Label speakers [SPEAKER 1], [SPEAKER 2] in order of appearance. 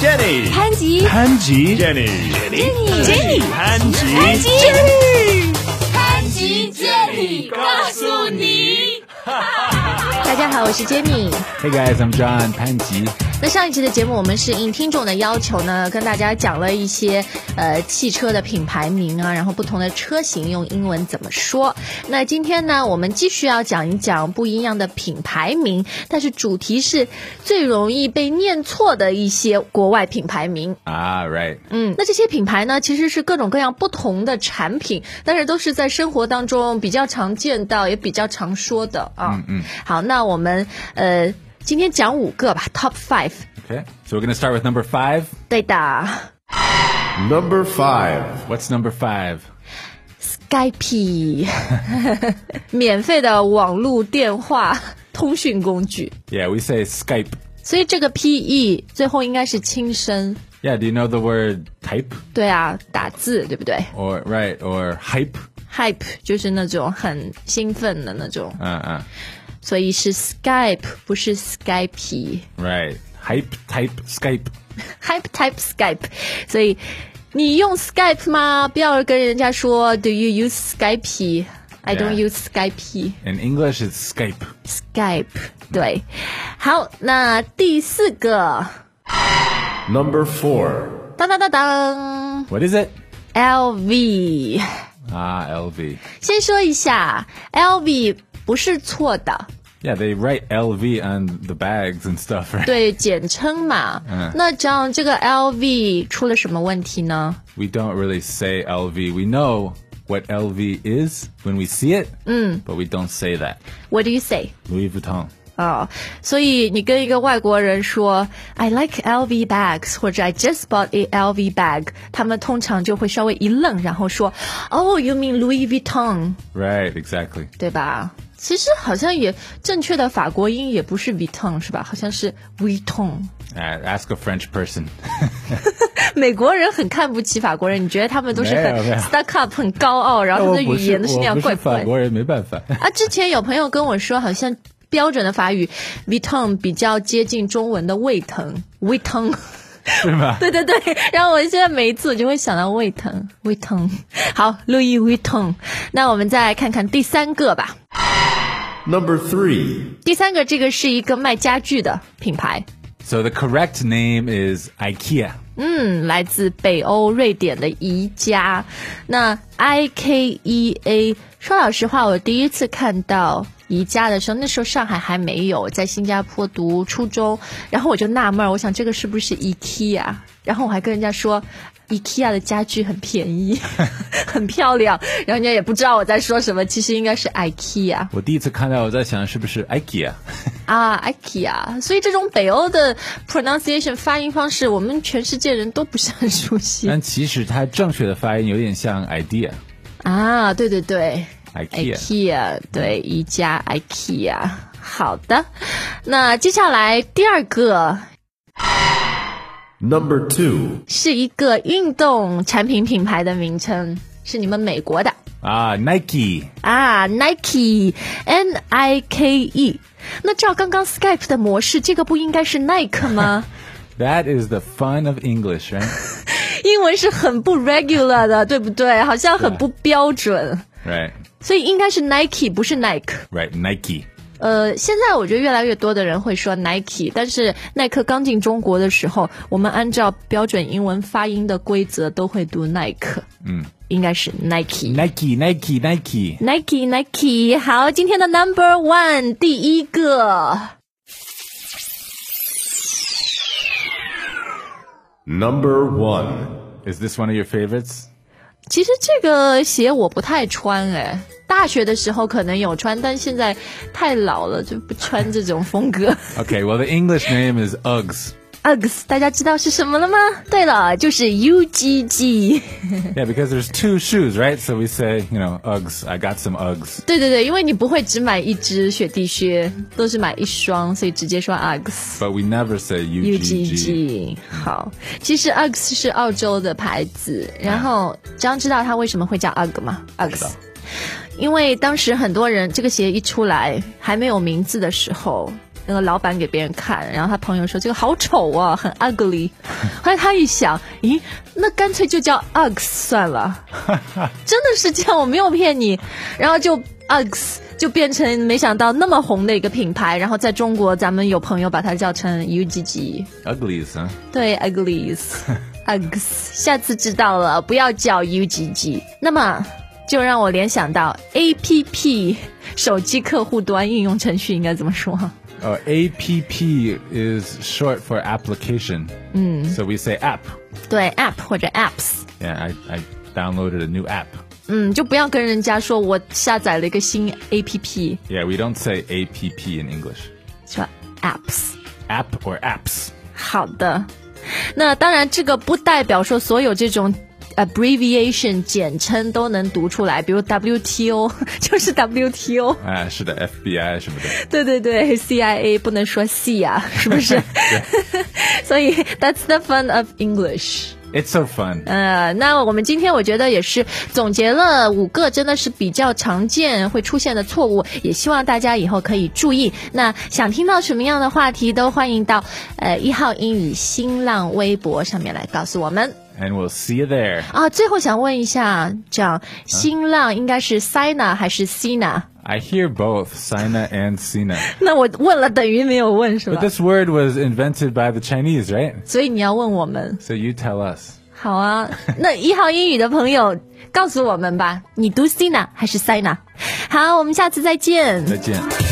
[SPEAKER 1] Jenny，
[SPEAKER 2] 潘吉，
[SPEAKER 3] 潘吉
[SPEAKER 1] Jenny，
[SPEAKER 2] Jenny，
[SPEAKER 1] 潘吉，
[SPEAKER 2] 潘吉，
[SPEAKER 4] 潘吉建议告诉你，
[SPEAKER 2] 大家好，我是 Jamie。
[SPEAKER 3] ，Hey guys, I'm John，潘吉。
[SPEAKER 2] 那上一期的节目，我们是应听众的要求呢，跟大家讲了一些呃汽车的品牌名啊，然后不同的车型用英文怎么说。那今天呢，我们继续要讲一讲不一样的品牌名，但是主题是最容易被念错的一些国外品牌名。
[SPEAKER 3] 啊、right，
[SPEAKER 2] 嗯，那这些品牌呢，其实是各种各样不同的产品，但是都是在生活当中比较常见到，也比较常说的啊。
[SPEAKER 3] 嗯嗯。
[SPEAKER 2] 好，那我们呃今天讲五个吧，Top Five。
[SPEAKER 3] Okay, so we're gonna start with number five.
[SPEAKER 2] 对的
[SPEAKER 1] Number five.
[SPEAKER 3] What's number five?
[SPEAKER 2] ，Skype，免费的网络电话通讯工具。
[SPEAKER 3] Yeah, we say Skype.
[SPEAKER 2] 所以这个 PE 最后应该是轻声，
[SPEAKER 3] Yeah, do you know the word type
[SPEAKER 2] 对啊，打字对不对
[SPEAKER 3] or right or hype?
[SPEAKER 2] ？Hype 就是那种很兴奋的那种，
[SPEAKER 3] Uh uh.
[SPEAKER 2] 所以是 Skype 不是 Skype。
[SPEAKER 3] Right. Hype, type, Skype.
[SPEAKER 2] Hype Type Skype，所以你用 Skype 吗？不要跟人家说 Do you use Skype? I don't
[SPEAKER 3] Yeah.
[SPEAKER 2] use Skype.
[SPEAKER 3] In English, it's Skype.
[SPEAKER 2] Skype 对，好，那第四个，
[SPEAKER 1] Number four.
[SPEAKER 2] 当当当当
[SPEAKER 3] What is it?
[SPEAKER 2] ，LV。
[SPEAKER 3] Ah, LV.
[SPEAKER 2] 先说一下，LV 不是错的，
[SPEAKER 3] Yeah, they write LV on the bags and stuff, right?
[SPEAKER 2] 对，简称嘛。那这样这个 LV 出了什么问题呢？
[SPEAKER 3] We don't really say LV. We know what LV is when we see it, but we don't say that.
[SPEAKER 2] What do you say？
[SPEAKER 3] Louis Vuitton.
[SPEAKER 2] 啊、所以你跟一个外国人说 "I like LV bags" 或者 "I just bought a LV bag"，他们通常就会稍微一愣，然后说 "Oh, you mean Louis Vuitton，
[SPEAKER 3] Right, exactly.
[SPEAKER 2] 对吧？其实好像也正确的法国音也不是 Vuitton 是吧？好像是 Vuitton。
[SPEAKER 3] Uh, ask a French person.
[SPEAKER 2] 美国人很看不起法国人，你觉得他们都是
[SPEAKER 3] 没有没有
[SPEAKER 2] 很 stuck up、很高傲，然后他们的语言都是那样怪怪的。啊，之前有朋友跟我说，好像标准的法语 Vuitton 比较接近中文的胃疼胃疼。 对对对，然后我现在每一次我就会想到胃疼，胃疼。好，路易威腾。那我们再看看第三个吧。
[SPEAKER 1] Number three.
[SPEAKER 2] 第三个，这个是一个卖家具的品牌，
[SPEAKER 3] So the correct name is IKEA.
[SPEAKER 2] 嗯，来自北欧瑞典的宜家。那 I K E A，说老实话，我第一次看到宜家的时候，那时候上海还没有，在新加坡读初中，然后我就纳闷儿，我想这个是不是 IKEA？然后我还跟人家说。IKEA 的家具很便宜， 很漂亮，然后人家也不知道我在说什么，其实应该是 IKEA
[SPEAKER 3] 我第一次看到，我在想是不是 IKEA。
[SPEAKER 2] 啊，IKEA。所以这种北欧的 pronunciation 发音方式，我们全世界人都不是很熟悉。
[SPEAKER 3] 但其实它正确的发音有点像 idea。
[SPEAKER 2] 啊，对对对
[SPEAKER 3] IKEA
[SPEAKER 2] 对，宜家 IKEA。好的，那接下来第二个
[SPEAKER 1] Number two.
[SPEAKER 2] 是一个运动产品品牌的名称，是你们美国的
[SPEAKER 3] 啊、Nike Ah,
[SPEAKER 2] 啊，Nike，N I K E。那照刚刚 Skype 的模式，这个不应该是 Nike 吗？
[SPEAKER 3] That is the fun of English, right?
[SPEAKER 2] 英文是很不 regular 的，对不对？好像很不标准，
[SPEAKER 3] right,
[SPEAKER 2] 所以应该是 Nike，不是 Nike。
[SPEAKER 3] right. Nike.
[SPEAKER 2] 呃，现在我觉得越来越多的人会说 Nike，但是耐克刚进中国的时候，我们按照标准英文发音的规则都会读耐克，嗯，应该是 Nike。
[SPEAKER 3] Nike, Nike, Nike.
[SPEAKER 2] Nike Nike，好，今天的 Number One 第一个
[SPEAKER 1] Number one.
[SPEAKER 3] Is this one of your favorites?
[SPEAKER 2] 其实这个鞋我不太穿哎，大学的时候可能有穿，但现在太老了就不穿这种风格。
[SPEAKER 3] Okay, well, the English name is Uggs.
[SPEAKER 2] Uggs，大家知道是什么了吗？对了，就是 UGG。
[SPEAKER 3] Yeah, because there's two shoes, right? So we say, you know, Uggs, I got some Uggs.
[SPEAKER 2] 对对对，因为你不会只买一只雪地靴，都是买一双，所以直接说 UGS。
[SPEAKER 3] But we never say UGG.
[SPEAKER 2] UGG 好，其实 UGS 是澳洲的牌子，然后张知道它为什么会叫 UGG 吗？UGS，因为当时很多人这个鞋一出来还没有名字的时候，那个老板给别人看，然后他朋友说这个好丑啊，很 ugly。后来他一想，咦，那干脆就叫 Uggs 算了，真的是这样，我没有骗你。然后就 Uggs 就变成没想到那么红的一个品牌，然后在中国咱们有朋友把它叫成 UGG，
[SPEAKER 3] Uglies, huh?
[SPEAKER 2] 对 uglies Uggs，下次知道了，不要叫 UGG。那么就让我联想到 APP 手机客户端应用程序应该怎么说？
[SPEAKER 3] Oh, APP is short for application. So we say app.
[SPEAKER 2] 对 app 或者 apps，
[SPEAKER 3] Yeah, I, I downloaded a new app.
[SPEAKER 2] 嗯，就不要跟人家说我下载了一个新 APP，
[SPEAKER 3] Yeah, we don't say APP in English.
[SPEAKER 2] 说 apps。
[SPEAKER 3] App or apps.
[SPEAKER 2] 好的，那当然这个不代表说所有这种。abbreviation 简称都能读出来，比如 WTO 就是 WTO，
[SPEAKER 3] Ah, should the FBI, should the-
[SPEAKER 2] 对对对，CIA 不能说 C 啊，是不是？ 所以 that's the fun of English。
[SPEAKER 3] It's so fun.
[SPEAKER 2] 呃，那我们今天我觉得也是总结了五个真的是比较常见会出现的错误，也希望大家以后可以注意。那想听到什么样的话题，都欢迎到呃一号英语新浪微博上面来告诉我们。
[SPEAKER 3] And we'll see you there.
[SPEAKER 2] 啊，最后想问一下，这样新浪应该是 Sina 还是 Sina？
[SPEAKER 3] I hear both Sina and Sina.
[SPEAKER 2] 那我问了等于没有问是
[SPEAKER 3] But
[SPEAKER 2] 吧？
[SPEAKER 3] this word was invented by the Chinese, right?
[SPEAKER 2] 所以你要问我们。
[SPEAKER 3] So you tell us.
[SPEAKER 2] 好啊， 那一号英语的朋友告诉我们吧，你读 Sina 还是 Sina？好，我们下次再见。
[SPEAKER 3] 再见。